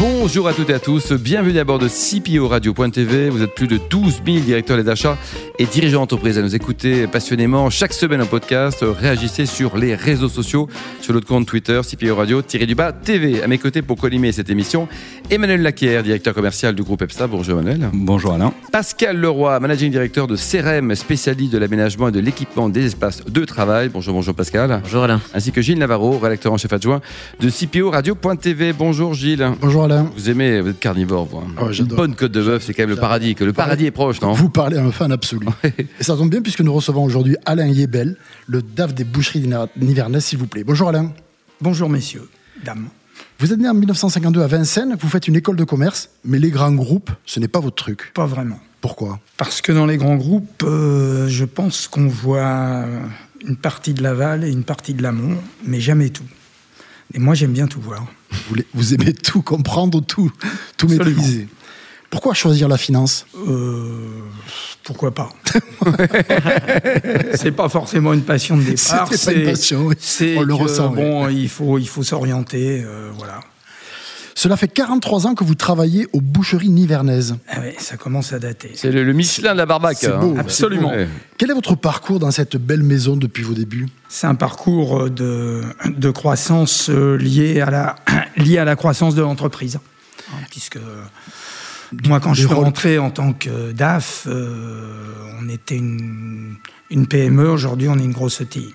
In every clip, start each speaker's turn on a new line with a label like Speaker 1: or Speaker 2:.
Speaker 1: Bonjour à toutes et à tous, bienvenue à bord de CPO Radio.tv. Vous êtes plus de 12 000 directeurs des achats et dirigeants d'entreprise à nous écouter passionnément chaque semaine en podcast. Réagissez sur les réseaux sociaux, sur notre compte Twitter, CPO Radio-du-bas TV. À mes côtés pour collimer cette émission, Emmanuel Laquier, directeur commercial du groupe EPSA. Bonjour Emmanuel.
Speaker 2: Bonjour Alain.
Speaker 1: Pascal Leroy, managing directeur de CRM, spécialiste de l'aménagement et de l'équipement des espaces de travail. Bonjour, bonjour Pascal.
Speaker 3: Bonjour Alain.
Speaker 1: Ainsi que Gilles Navarro, rédacteur en chef adjoint de CPO Radio.tv. Bonjour Gilles.
Speaker 4: Bonjour Alain.
Speaker 1: Vous aimez, vous êtes carnivore, vous. hein.
Speaker 4: Ah ouais,
Speaker 1: Une
Speaker 4: j'adore.
Speaker 1: bonne côte de bœuf, c'est quand même le
Speaker 4: J'adore.
Speaker 1: paradis. Que le paradis est proche, non
Speaker 4: Vous parlez à un fan absolu. Et ça tombe bien puisque nous recevons aujourd'hui Alain Yebel, le DAF des boucheries Niver- nivernaises, s'il vous plaît. Bonjour Alain.
Speaker 5: Bonjour messieurs, dames.
Speaker 4: Vous êtes né en 1952 à Vincennes, vous faites une école de commerce, mais les grands groupes, ce n'est pas votre truc.
Speaker 5: Pas vraiment.
Speaker 4: Pourquoi
Speaker 5: Parce que dans les grands groupes, euh, je pense qu'on voit une partie de l'aval et une partie de l'amont, mais jamais tout. Et moi, j'aime bien tout voir.
Speaker 4: vous, voulez- vous aimez tout comprendre, tout, tout
Speaker 5: Absolument.
Speaker 4: maîtriser. Pourquoi choisir la finance
Speaker 5: Euh, pourquoi pas C'est pas forcément une passion de départ.
Speaker 4: C'était pas une
Speaker 5: c'est-
Speaker 4: passion, oui.
Speaker 5: c'est
Speaker 4: On le
Speaker 5: que,
Speaker 4: ressent, oui.
Speaker 5: Bon, il faut, il faut s'orienter, euh, voilà.
Speaker 4: Cela fait 43 ans que vous travaillez aux boucheries nivernaises.
Speaker 5: Ah ouais, ça commence à dater.
Speaker 1: C'est le, le Michelin de la barbaque. Hein.
Speaker 4: C'est beau.
Speaker 5: Absolument.
Speaker 1: Ouais.
Speaker 4: Quel est votre parcours dans cette belle maison depuis vos débuts
Speaker 5: C'est un parcours de, de croissance euh, lié à la, lié à la croissance de l'entreprise. Hein, Puisque euh, moi, quand je suis
Speaker 4: rôles.
Speaker 5: rentré en tant que DAF, euh, on était une, une PME. Aujourd'hui, on est une grosse E ETI.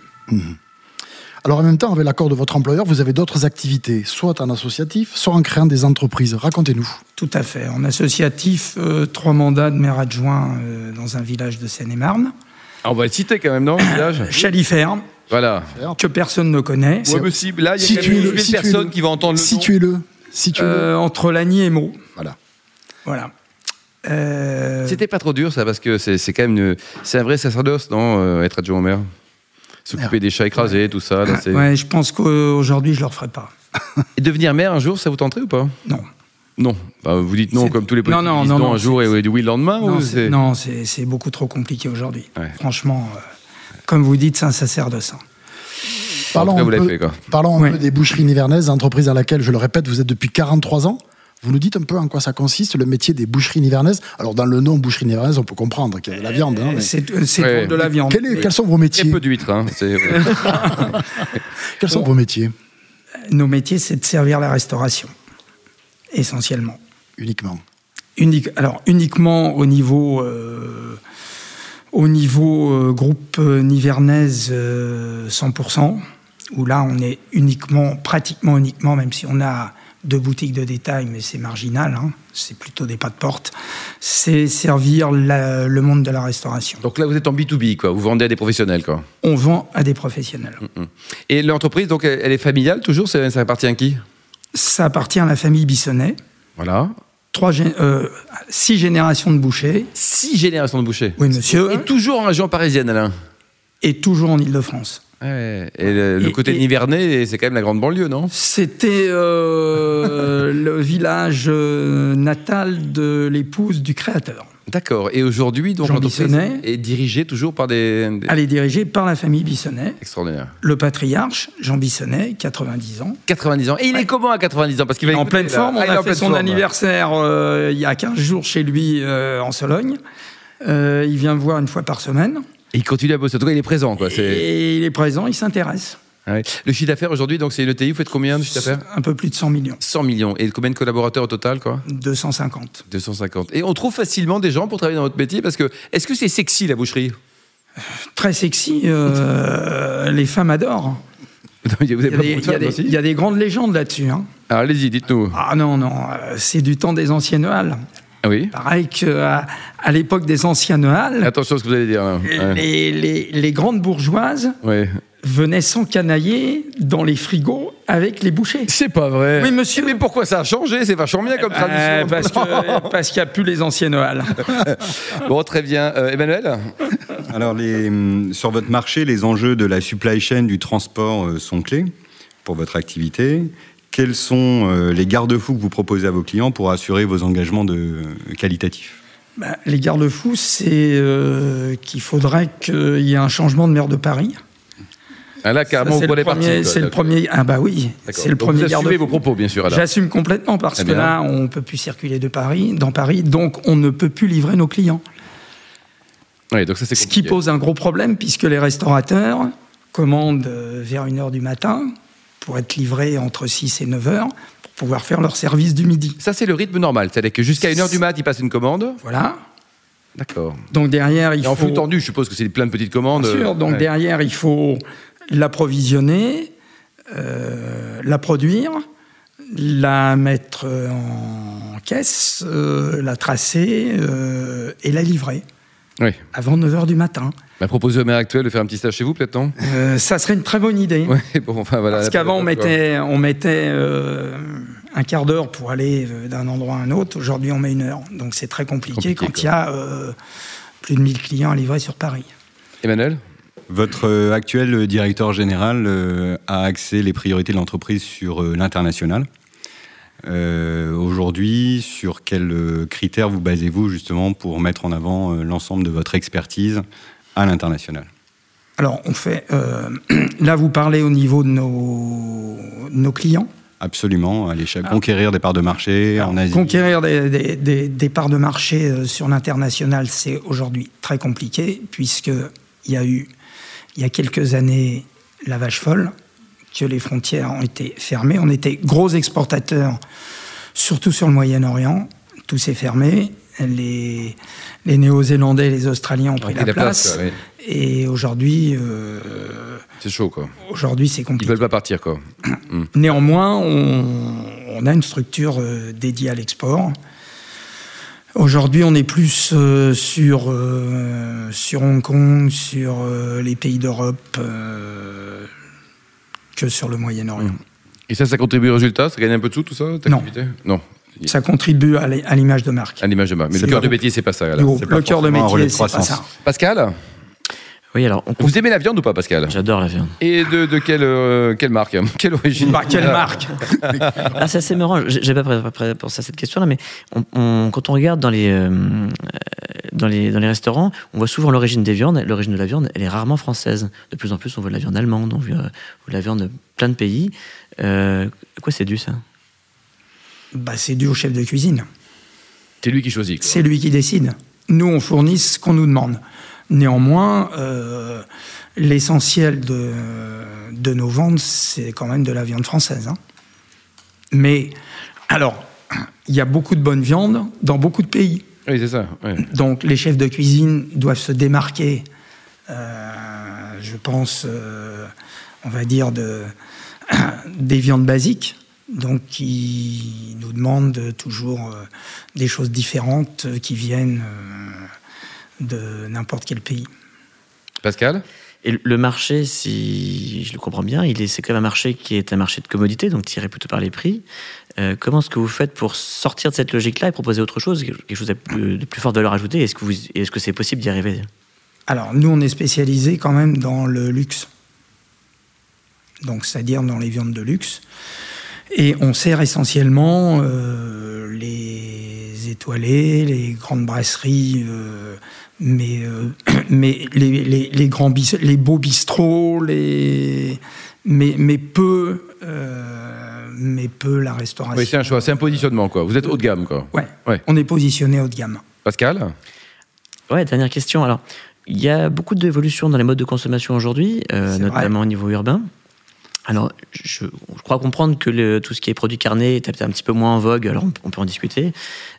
Speaker 4: Alors en même temps, avec l'accord de votre employeur, vous avez d'autres activités, soit en associatif, soit en créant des entreprises. Racontez-nous.
Speaker 5: Tout à fait. En associatif, euh, trois mandats de maire adjoint euh, dans un village de Seine-et-Marne.
Speaker 1: Ah, on va le citer quand même, non, le village
Speaker 5: Chalifère,
Speaker 1: Voilà.
Speaker 5: que personne ne connaît.
Speaker 1: Ouais, mais si, là, il y a quand
Speaker 4: Situez-le,
Speaker 1: même 1000
Speaker 4: situez-le.
Speaker 1: personnes qui vont entendre le nom.
Speaker 4: Situez-le. Situez-le.
Speaker 5: Euh, entre Lagny et Meaux.
Speaker 4: Voilà.
Speaker 5: Voilà. Euh,
Speaker 1: C'était pas trop dur, ça, parce que c'est, c'est quand même. une- c'est un vrai sacerdoce, non, euh, être adjoint au maire S'occuper des chats écrasés, tout ça. là, c'est-
Speaker 5: ouais, je pense qu'aujourd'hui, je ne le referai pas.
Speaker 1: Et devenir maire un jour, ça vous tenterait ou pas
Speaker 5: Non.
Speaker 1: Non. Bah, vous dites non
Speaker 5: C'est-
Speaker 1: comme tous les
Speaker 5: Non,
Speaker 1: politiques
Speaker 5: non,
Speaker 1: disent
Speaker 5: non,
Speaker 1: non
Speaker 5: non,
Speaker 1: un jour et,
Speaker 5: c'est-
Speaker 1: et du oui le lendemain
Speaker 5: Non,
Speaker 1: ou
Speaker 5: c'est-
Speaker 1: c'est-
Speaker 5: non, c'est c'est beaucoup trop compliqué aujourd'hui.
Speaker 1: Ouais.
Speaker 5: Franchement, euh, comme vous dites, c'est un sacerdoce.
Speaker 1: Euh, En
Speaker 4: Parlons,
Speaker 1: tout cas,
Speaker 4: un
Speaker 1: vous l'avez
Speaker 4: peu,
Speaker 1: fait, quoi.
Speaker 4: parlons un
Speaker 5: Ouais.
Speaker 4: peu des boucheries nivernaises, entreprise à laquelle, je le répète, vous êtes depuis 43 ans. Vous nous dites un peu en quoi ça consiste, le métier des boucheries nivernaises. Alors dans le nom boucherie nivernaise, on peut comprendre qu'il y a de la viande. hein, mais-
Speaker 5: C'est euh, c'est
Speaker 1: Ouais.
Speaker 5: pour de la viande.
Speaker 4: Quel est- quels sont vos métiers
Speaker 1: Eh, Très peu d'huîtres. Hein. c'est-
Speaker 4: Quels sont vos métiers
Speaker 5: Nos métiers, c'est de servir la restauration, essentiellement.
Speaker 4: uniquement
Speaker 5: Unique, alors, uniquement au niveau, euh, au niveau euh, groupe euh, nivernaise euh, 100%, où là, on est uniquement, pratiquement uniquement, même si on a deux boutiques de détail, mais c'est marginal, hein, c'est plutôt des pas de porte, c'est servir la- le monde de la restauration.
Speaker 1: Donc là, vous êtes en B2B, quoi. Vous vendez à des professionnels, quoi.
Speaker 5: On vend à des professionnels.
Speaker 1: Et l'entreprise, donc, elle elle est familiale toujours c'est- Ça appartient à qui
Speaker 5: Ça appartient à la famille Bissonnet.
Speaker 1: Voilà.
Speaker 5: Trois gé- euh, six générations de bouchers.
Speaker 1: Six générations de bouchers.
Speaker 5: Oui, monsieur.
Speaker 1: Et toujours en région parisienne, Alain.
Speaker 5: Et toujours en Ile-de-France.
Speaker 1: Et le, le
Speaker 5: Et-
Speaker 1: côté
Speaker 5: et-
Speaker 1: de Nivernais, c'est quand même la grande banlieue, non
Speaker 5: C'était euh, le village euh, natal de l'épouse du créateur.
Speaker 1: D'accord. Et aujourd'hui, donc,
Speaker 5: Jean Ah.
Speaker 1: l'entreprise
Speaker 5: Bissonnet.
Speaker 1: est dirigée toujours par des. des-
Speaker 5: Elle est dirigée par la famille Bissonnet.
Speaker 1: Extraordinaire.
Speaker 5: Le patriarche, Jean Bissonnet, 90 ans.
Speaker 1: 90 ans. Et il est comment à 90 ans Parce qu'il
Speaker 5: Il
Speaker 1: va
Speaker 5: est en
Speaker 1: écouter,
Speaker 5: pleine
Speaker 1: là.
Speaker 5: forme. On
Speaker 1: Ah, il est
Speaker 5: a
Speaker 1: en
Speaker 5: fait
Speaker 1: pleine
Speaker 5: son
Speaker 1: forme.
Speaker 5: anniversaire euh, il y a 15 jours chez lui euh, en Sologne. Euh, il vient me voir une fois par semaine.
Speaker 1: Et il continue à bosser. En tout cas, il est présent, quoi. c'est-
Speaker 5: Et il est présent, il s'intéresse.
Speaker 1: Ouais. Le chiffre d'affaires aujourd'hui, donc, c'est une E ETI. Vous faites combien de chiffre d'affaires
Speaker 5: Un peu plus de 100 millions.
Speaker 1: 100 millions. Et combien de collaborateurs au total, quoi
Speaker 5: 250.
Speaker 1: 250. Et on trouve facilement des gens pour travailler dans votre métier parce que est-ce que c'est sexy la boucherie
Speaker 5: Très sexy, euh, les femmes adorent.
Speaker 1: Vous avez
Speaker 5: Il y, a
Speaker 1: pas
Speaker 5: des,
Speaker 1: beaucoup de
Speaker 5: il y a
Speaker 1: femmes
Speaker 5: des-
Speaker 1: aussi
Speaker 5: il y a des grandes légendes là-dessus. hein.
Speaker 1: Ah, Allez-y, dites-nous.
Speaker 5: Ah non, non, euh, c'est du temps des anciennes halles.
Speaker 1: Ah Oui.
Speaker 5: Pareil qu'à à, l'époque des anciennes halles,
Speaker 1: Attention à ce que vous allez dire. là. Ah, Ouais.
Speaker 5: les, les- les grandes bourgeoises
Speaker 1: Ouais.
Speaker 5: venaient s'encanailler dans les frigos avec les bouchers.
Speaker 1: C'est pas vrai.
Speaker 5: Oui, monsieur.
Speaker 1: Mais pourquoi ça a changé C'est vachement bien comme tradition.
Speaker 5: Euh, parce que- parce qu'il n'y a plus les anciennes halles.
Speaker 1: Bon, très bien. Euh, Emmanuel
Speaker 2: Alors, les, hum, sur votre marché, les enjeux de la supply chain, du transport euh, sont clés pour votre activité. Quels sont euh, les garde-fous que vous proposez à vos clients pour assurer vos engagements de, qualitatifs
Speaker 5: Ben, les garde-fous, c'est euh, qu'il faudrait qu'il y ait un changement de maire de Paris.
Speaker 1: Ah, là,
Speaker 5: Ça,
Speaker 1: carrément,
Speaker 5: c'est
Speaker 1: vous prenez
Speaker 5: le premier-
Speaker 1: parti.
Speaker 5: C'est le
Speaker 1: D'accord.
Speaker 5: premier. Ah bah oui,
Speaker 1: D'accord.
Speaker 5: c'est le
Speaker 1: Donc,
Speaker 5: premier
Speaker 1: Vous assumez
Speaker 5: garde-fou.
Speaker 1: vos propos, bien sûr. alors.
Speaker 5: J'assume complètement parce
Speaker 1: Eh
Speaker 5: que
Speaker 1: bien.
Speaker 5: là, on ne peut plus circuler de Paris, dans Paris, donc on ne peut plus livrer nos clients.
Speaker 1: Ouais, donc ça, c'est
Speaker 5: Ce qui
Speaker 1: compliqué.
Speaker 5: pose un gros problème puisque les restaurateurs commandent euh, vers 1h du matin pour être livrés entre 6 et 9h pour pouvoir faire leur service du midi.
Speaker 1: Ça, c'est le rythme normal. C'est-à-dire que jusqu'à 1h du mat, il passe une commande.
Speaker 5: Voilà.
Speaker 1: D'accord.
Speaker 5: Donc derrière, il
Speaker 1: Et en
Speaker 5: faut
Speaker 1: flux tendu, je suppose que c'est plein de petites commandes. euh,
Speaker 5: Bien sûr, donc
Speaker 1: Ouais.
Speaker 5: derrière, il faut l'approvisionner, euh, la produire, la mettre en caisse, euh, la tracer euh, et la livrer
Speaker 1: Oui.
Speaker 5: avant 9h du matin.
Speaker 1: Bah, proposez au maire actuel de faire un petit stage chez vous, peut-être, non
Speaker 5: Euh, ça serait une très bonne idée.
Speaker 1: Ouais, bon, enfin, voilà.
Speaker 5: Parce
Speaker 1: La-
Speaker 5: qu'avant, on
Speaker 1: la-
Speaker 5: mettait, on mettait euh, un quart d'heure pour aller euh, d'un endroit à un autre. Aujourd'hui, on met une heure. Donc, c'est très compliqué,
Speaker 1: Compliqué,
Speaker 5: quand il y a euh, plus de 1000 clients à livrer sur Paris.
Speaker 1: Emmanuel
Speaker 2: Votre euh, actuel euh, directeur général euh, a axé les priorités de l'entreprise sur euh, l'international. Euh, Aujourd'hui, sur quels euh, critères vous basez-vous justement pour mettre en avant euh, l'ensemble de votre expertise à l'international
Speaker 5: Alors, on fait. euh, là, vous parlez au niveau de nos, de nos clients.
Speaker 2: Absolument, à l'échelle conquérir des parts de marché en Asie.
Speaker 5: Conquérir des, des- des- des parts de marché euh, sur l'international, c'est aujourd'hui très compliqué, puisqu'il y a eu, il y a quelques années, la vache folle, que les frontières ont été fermées. On était gros exportateurs, surtout sur le Moyen-Orient. Tout s'est fermé. Les, les Néo-Zélandais, les Australiens ont pris
Speaker 1: pris
Speaker 5: la,
Speaker 1: la place,
Speaker 5: place.
Speaker 1: ouais.
Speaker 5: Et aujourd'hui, euh,
Speaker 1: C'est chaud, quoi.
Speaker 5: aujourd'hui, c'est
Speaker 1: Ils
Speaker 5: compliqué.
Speaker 1: veulent pas partir, quoi.
Speaker 5: Néanmoins, on, on a une structure euh, dédiée à l'export. Aujourd'hui, on est plus euh, sur, euh, sur Hong Kong, sur euh, les pays d'Europe, euh, que sur le Moyen-Orient.
Speaker 2: Mmh,
Speaker 1: Et ça, ça contribue au résultat Ça gagne un peu de sous, tout ça ta
Speaker 5: Non.
Speaker 1: activité Non.
Speaker 5: Ça contribue à l'i- à l'image de marque.
Speaker 1: À l'image de marque. Mais le
Speaker 2: C'est
Speaker 1: cœur
Speaker 2: pas-
Speaker 1: du métier, c'est pas ça.
Speaker 5: Du
Speaker 1: alors.
Speaker 5: groupe.
Speaker 2: c'est pas
Speaker 5: le cœur de
Speaker 2: forcément un relais
Speaker 5: métier,
Speaker 2: de
Speaker 5: c'est pas
Speaker 2: croissance.
Speaker 5: ça.
Speaker 1: Pascal,
Speaker 3: Oui, alors, on-
Speaker 1: vous aimez la viande ou pas, Pascal
Speaker 3: j'adore la viande.
Speaker 1: Et de, de quelle, euh, quelle marque Quelle origine
Speaker 5: Bah, quelle marque
Speaker 3: Ah, ça, c'est marrant. J'ai j'ai pas pré- pré- pensé à cette question-là, mais on- on- quand on regarde dans les, euh, euh, dans, les, dans les restaurants, on voit souvent l'origine des viandes. L'origine de la viande, elle est rarement française. De plus en plus, on voit de la viande allemande, on voit euh, de la viande de plein de pays. Euh, à quoi c'est dû, ça
Speaker 5: bah, C'est dû au chef de cuisine.
Speaker 1: C'est lui qui choisit. quoi.
Speaker 5: C'est lui qui décide. Nous, on fournit ce qu'on nous demande. Néanmoins, euh, l'essentiel de, de nos ventes, c'est quand même de la viande française. hein. Mais, alors, il y a beaucoup de bonne viande dans beaucoup de pays.
Speaker 1: Oui, c'est ça. ouais.
Speaker 5: Donc, les chefs de cuisine doivent se démarquer, euh, je pense, euh, on va dire, de, des viandes basiques. Donc, qui nous demandent toujours euh, des choses différentes euh, qui viennent euh, de n'importe quel pays.
Speaker 1: Pascal
Speaker 3: Et le marché, si je le comprends bien, il est, c'est quand même un marché qui est un marché de commodité, donc tiré plutôt par les prix. Euh, comment est-ce que vous faites pour sortir de cette logique-là et proposer autre chose, quelque chose de plus, de plus forte valeur ajoutée Est-ce que, vous, est-ce que c'est possible d'y arriver
Speaker 5: Alors, nous, on est spécialisé quand même dans le luxe. Donc, c'est-à-dire dans les viandes de luxe. Et on sert essentiellement euh, les étoilés, les grandes brasseries, euh, mais, euh, mais les, les- les grands bis- les beaux bistrots, les, mais, mais, peu, euh, mais peu la restauration.
Speaker 1: Oui, c'est un choix, c'est un positionnement, quoi. Vous êtes haut de gamme, quoi.
Speaker 5: Ouais.
Speaker 1: Ouais.
Speaker 5: On est positionné haut de gamme.
Speaker 1: Pascal
Speaker 3: Ouais, dernière question. Alors, il y a beaucoup d'évolutions dans les modes de consommation aujourd'hui, euh,
Speaker 5: C'est
Speaker 3: notamment au niveau urbain. Alors, je, je crois comprendre que le- tout ce qui est produit carné est peut-être un petit peu moins en vogue, alors on, on peut en discuter.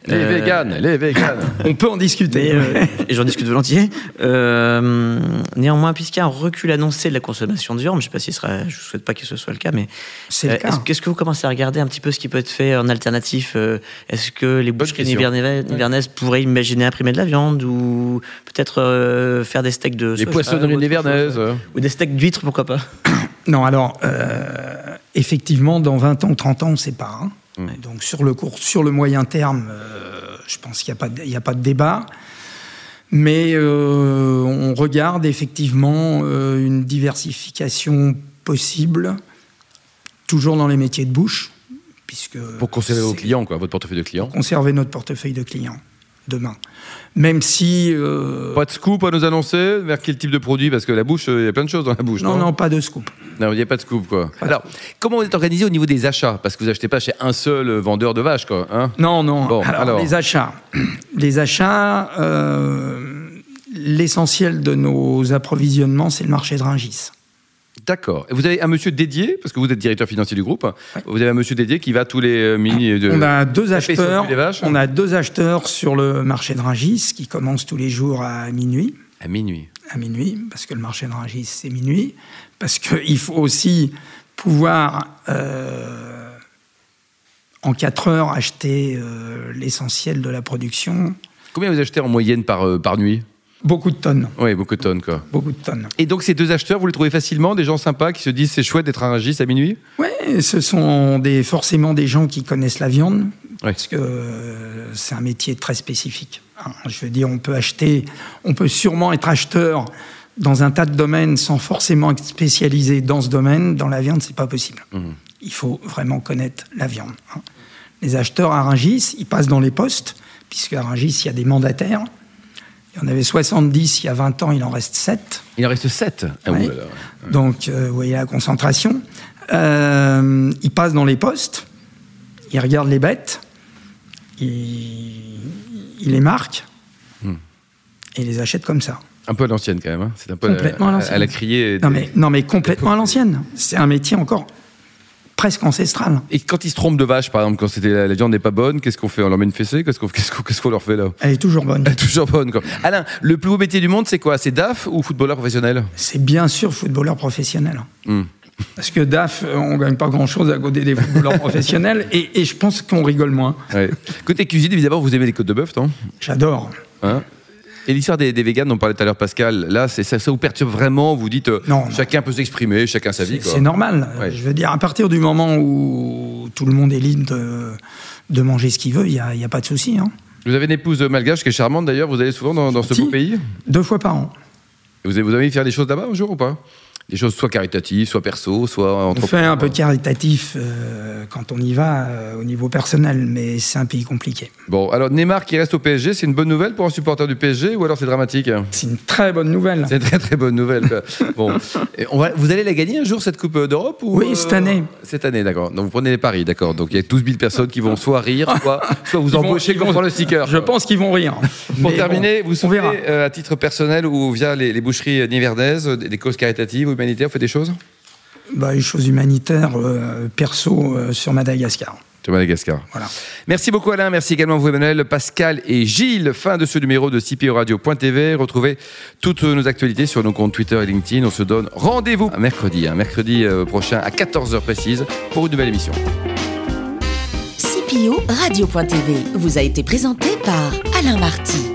Speaker 1: Les
Speaker 3: Euh,
Speaker 1: véganes, les véganes.
Speaker 5: On peut en
Speaker 3: Mais,
Speaker 5: discuter.
Speaker 3: euh, et j'en discute volontiers. Euh, néanmoins, puisqu'il y a un recul annoncé de la consommation de viande, je ne sais pas si ce sera, je souhaite pas que ce soit le cas, mais
Speaker 5: C'est le
Speaker 3: euh,
Speaker 5: cas.
Speaker 3: est-ce que- est-ce que vous commencez à regarder un petit peu ce qui peut être fait en alternatif euh, Est-ce que les boucheries
Speaker 1: question.
Speaker 3: nivernais- nivernaises pourraient imaginer imprimer de la viande ou peut-être euh, faire des steaks de
Speaker 1: les
Speaker 3: soja,
Speaker 1: poissonneries
Speaker 3: ou autre
Speaker 1: nivernaises.
Speaker 3: chose euh, Ou des steaks d'huîtres, pourquoi pas
Speaker 5: Non, alors, euh, effectivement, dans 20 ans, 30 ans, on ne sait pas. hein.
Speaker 1: Mmh.
Speaker 5: Donc, sur le, court, sur le moyen terme, euh, je pense qu'il n'y a, pas de- il y a pas de débat. Mais euh, on regarde effectivement euh, une diversification possible, toujours dans les métiers de bouche, puisque.
Speaker 1: Pour conserver vos
Speaker 5: c'est-
Speaker 1: clients, quoi, votre portefeuille de clients.
Speaker 5: Conserver notre portefeuille de clients. demain. Même si. euh,
Speaker 1: Pas de scoop à nous annoncer vers quel type de produit Parce que la bouche, euh, il y a plein de choses dans la bouche.
Speaker 5: non, non, pas de scoop.
Speaker 1: Non, il n'y a pas de scoop, quoi. Alors, comment vous êtes organisé au niveau des achats Parce que vous achetez pas chez un seul euh, vendeur de vaches, quoi. Hein
Speaker 5: Non, non.
Speaker 1: Bon,
Speaker 5: alors,
Speaker 1: alors.
Speaker 5: les achats. Les achats, euh, l'essentiel de nos approvisionnements, c'est le marché de Ringis.
Speaker 1: D'accord. Et vous avez un monsieur dédié, parce que vous êtes directeur financier du groupe, vous avez un monsieur dédié qui va tous les euh, mini... De...
Speaker 5: On a deux
Speaker 1: taper sur le
Speaker 5: acheteurs.
Speaker 1: cul des vaches. hein.
Speaker 5: On a deux acheteurs sur le marché de Ringis qui commencent tous les jours à minuit.
Speaker 1: À minuit.
Speaker 5: à minuit, parce que le marché de Rungis, c'est minuit, parce qu'il faut aussi pouvoir, euh, en 4 heures, acheter euh, l'essentiel de la production.
Speaker 1: Combien vous achetez en moyenne par, euh, par nuit
Speaker 5: Beaucoup de tonnes,
Speaker 1: Oui, beaucoup de tonnes, quoi.
Speaker 5: beaucoup de tonnes.
Speaker 1: Et donc, ces deux acheteurs, vous les trouvez facilement Des gens sympas qui se disent c'est chouette d'être un régis à minuit
Speaker 5: Ouais, ce sont des, forcément des gens qui connaissent la viande,
Speaker 1: Ouais.
Speaker 5: parce que euh, c'est un métier très spécifique. hein. Je veux dire, on peut acheter, on peut sûrement être acheteur dans un tas de domaines sans forcément être spécialisé dans ce domaine. Dans la viande, c'est pas possible. Il faut vraiment connaître la viande. hein. Les acheteurs à Rungis, ils passent dans les postes, puisque à Rungis, il y a des mandataires. Il y en avait 70 il y a 20 ans, il en reste 7.
Speaker 1: Il en reste 7. Ah,
Speaker 5: Ouais.
Speaker 1: oulala.
Speaker 5: Donc, euh, vous voyez la concentration. Euh, ils passent dans les postes, ils regardent les bêtes, ils, ils les marquent
Speaker 1: Hmm.
Speaker 5: et ils les achètent comme ça.
Speaker 1: Un peu à l'ancienne, quand même. hein. C'est un peu à la-
Speaker 5: Complètement à
Speaker 1: à,
Speaker 5: l'ancienne.
Speaker 1: la criée.
Speaker 5: Non mais, non, mais complètement à l'ancienne. C'est un métier encore presque ancestral.
Speaker 1: Et quand ils se trompent de vache, par exemple, quand c'était la, la viande n'est pas bonne, qu'est-ce qu'on fait On leur met une fessée Qu'est-ce qu'on qu'est-ce qu'on- qu'est-ce qu'on leur fait là
Speaker 5: Elle est toujours bonne.
Speaker 1: Elle est Toujours bonne, quoi. Alain, le plus beau métier du monde, c'est quoi C'est DAF ou footballeur professionnel
Speaker 5: C'est bien sûr footballeur professionnel.
Speaker 1: Hmm.
Speaker 5: Parce que DAF, euh, on gagne pas grand-chose à côté des footballeurs professionnels et, et je pense qu'on rigole moins.
Speaker 1: Ouais. Côté cuisine, évidemment, vous aimez les côtes de bœuf, non
Speaker 5: J'adore.
Speaker 1: Hein et l'histoire des, des véganes, on parlait tout à l'heure Pascal, là, c'est- ça, ça vous perturbe vraiment Vous dites, euh,
Speaker 5: Non, non.
Speaker 1: chacun peut s'exprimer, chacun sa vie.
Speaker 5: C'est
Speaker 1: quoi.
Speaker 5: c'est normal.
Speaker 1: Ouais.
Speaker 5: Je veux dire, à partir du moment où tout le monde est libre de, de manger ce qu'il veut, il n'y a, il y a pas de souci. hein.
Speaker 1: Vous avez une épouse malgache qui est charmante d'ailleurs, vous allez souvent dans, dans ce
Speaker 5: Gentil.
Speaker 1: beau pays
Speaker 5: Deux fois par an.
Speaker 1: Et Vous avez, vous avez faire des choses là-bas un jour ou pas Des choses soit caritatives, soit perso, soit
Speaker 5: On
Speaker 1: entre.
Speaker 5: fait un peu de caritatif euh, quand on y va euh, au niveau personnel, mais c'est un pays compliqué.
Speaker 1: Bon, alors Neymar qui reste au PSG, c'est une bonne nouvelle pour un supporter du PSG ou alors c'est dramatique hein
Speaker 5: C'est une très bonne nouvelle.
Speaker 1: C'est une très très bonne nouvelle. quoi. bon, Et on va- vous allez la gagner un jour cette Coupe d'Europe ou euh,
Speaker 5: Oui, cette année.
Speaker 1: Cette année, d'accord. Donc vous prenez les paris, d'accord. Donc il y a 12 000 personnes qui vont soit rire, soit, soit vous
Speaker 5: Ils vont-
Speaker 1: embaucher
Speaker 5: ils
Speaker 1: pour
Speaker 5: vont-
Speaker 1: prendre le sticker.
Speaker 5: Je pense qu'ils vont rire.
Speaker 1: Pour
Speaker 5: Mais
Speaker 1: terminer,
Speaker 5: bon,
Speaker 1: vous
Speaker 5: on
Speaker 1: souvenez
Speaker 5: verra.
Speaker 1: euh, à titre personnel ou via les, les boucheries nivernaises, euh, des, des causes caritatives ou humanitaires, vous faites des choses
Speaker 5: Bah, une chose humanitaire euh, perso euh, sur Madagascar.
Speaker 1: De Madagascar.
Speaker 5: Voilà.
Speaker 1: Merci beaucoup Alain, merci également à vous Emmanuel, Pascal et Gilles. Fin de ce numéro de cporadio.tv. Retrouvez toutes nos actualités sur nos comptes Twitter et LinkedIn. On se donne rendez-vous mercredi, hein, mercredi euh, prochain à 14h précise pour une nouvelle émission.
Speaker 6: CPO Radio.tv vous a été présenté par Alain Marty.